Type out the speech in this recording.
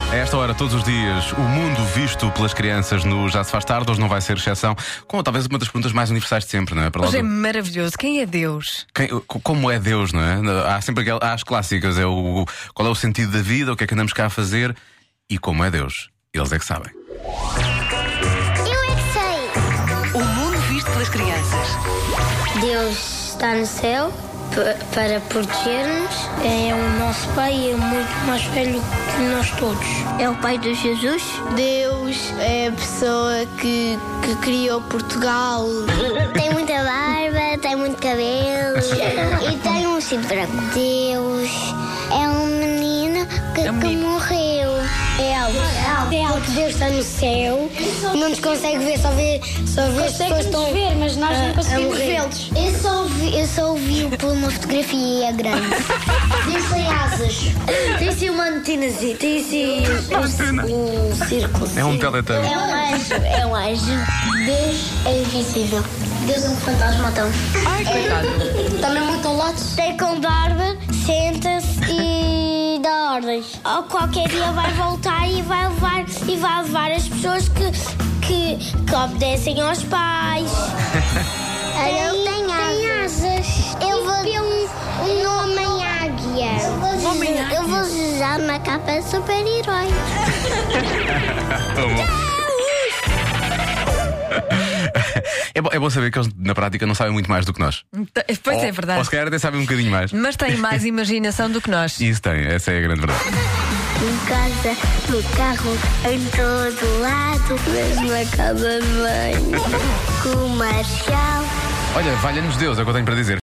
A esta hora, todos os dias, o mundo visto pelas crianças no Já Se Faz Tarde, hoje não vai ser exceção, com talvez uma das perguntas mais universais de sempre, não é? Para lá Hoje é do- maravilhoso. Quem é Deus? Quem- co- como é Deus, não é? Há sempre aquel- há as clássicas, é o, qual é o sentido da vida, o que é que andamos cá a fazer e como é Deus. Eles é que sabem. Eu é que sei. O mundo visto pelas crianças. Deus está no céu pa- para proteger-nos. É o nosso Pai, é muito mais velho que nós todos. É o Pai de Jesus. Deus é a pessoa que, que criou Portugal. Tem muita barba, tem muito cabelo e tem um cinto branco. Deus é um É menino que, que morreu. É algo. É algo. que Deus está no céu. Não nos consegue ver, só vê, só vê as pessoas estão ver, mas nós não conseguimos vê-los. Eu só vi, eu só vi por uma fotografia e é grande. Deus tem asas. Tem assim uma antinazinha, tem assim um, círculo. É um teletubby. É um anjo, é um anjo. Deus é invisível. Deus é um fantasma tão. Ai, coitado. Também muito lado. Tem com barba, senta-se e dá ordens. Ou qualquer dia vai voltar e vai levar, e vai levar as pessoas que, que, que obedecem aos pais. Ele tem asas. Eu vou ter um, nome em águia. Eu vou usar uma capa de super-herói. Tá bom. É bom, é bom saber que eles, na prática, não sabem muito mais do que nós. T- Pois é Ou- Ou verdade. Hum. se calhar até sabem um bocadinho mais. Mas tem mais imaginação do que nós. Isso tem, essa é a grande verdade. Em casa, no carro, em todo lado, mesmo na casa de banho. Com o Marcial. Olha, valha-nos Deus, é o que eu tenho para dizer.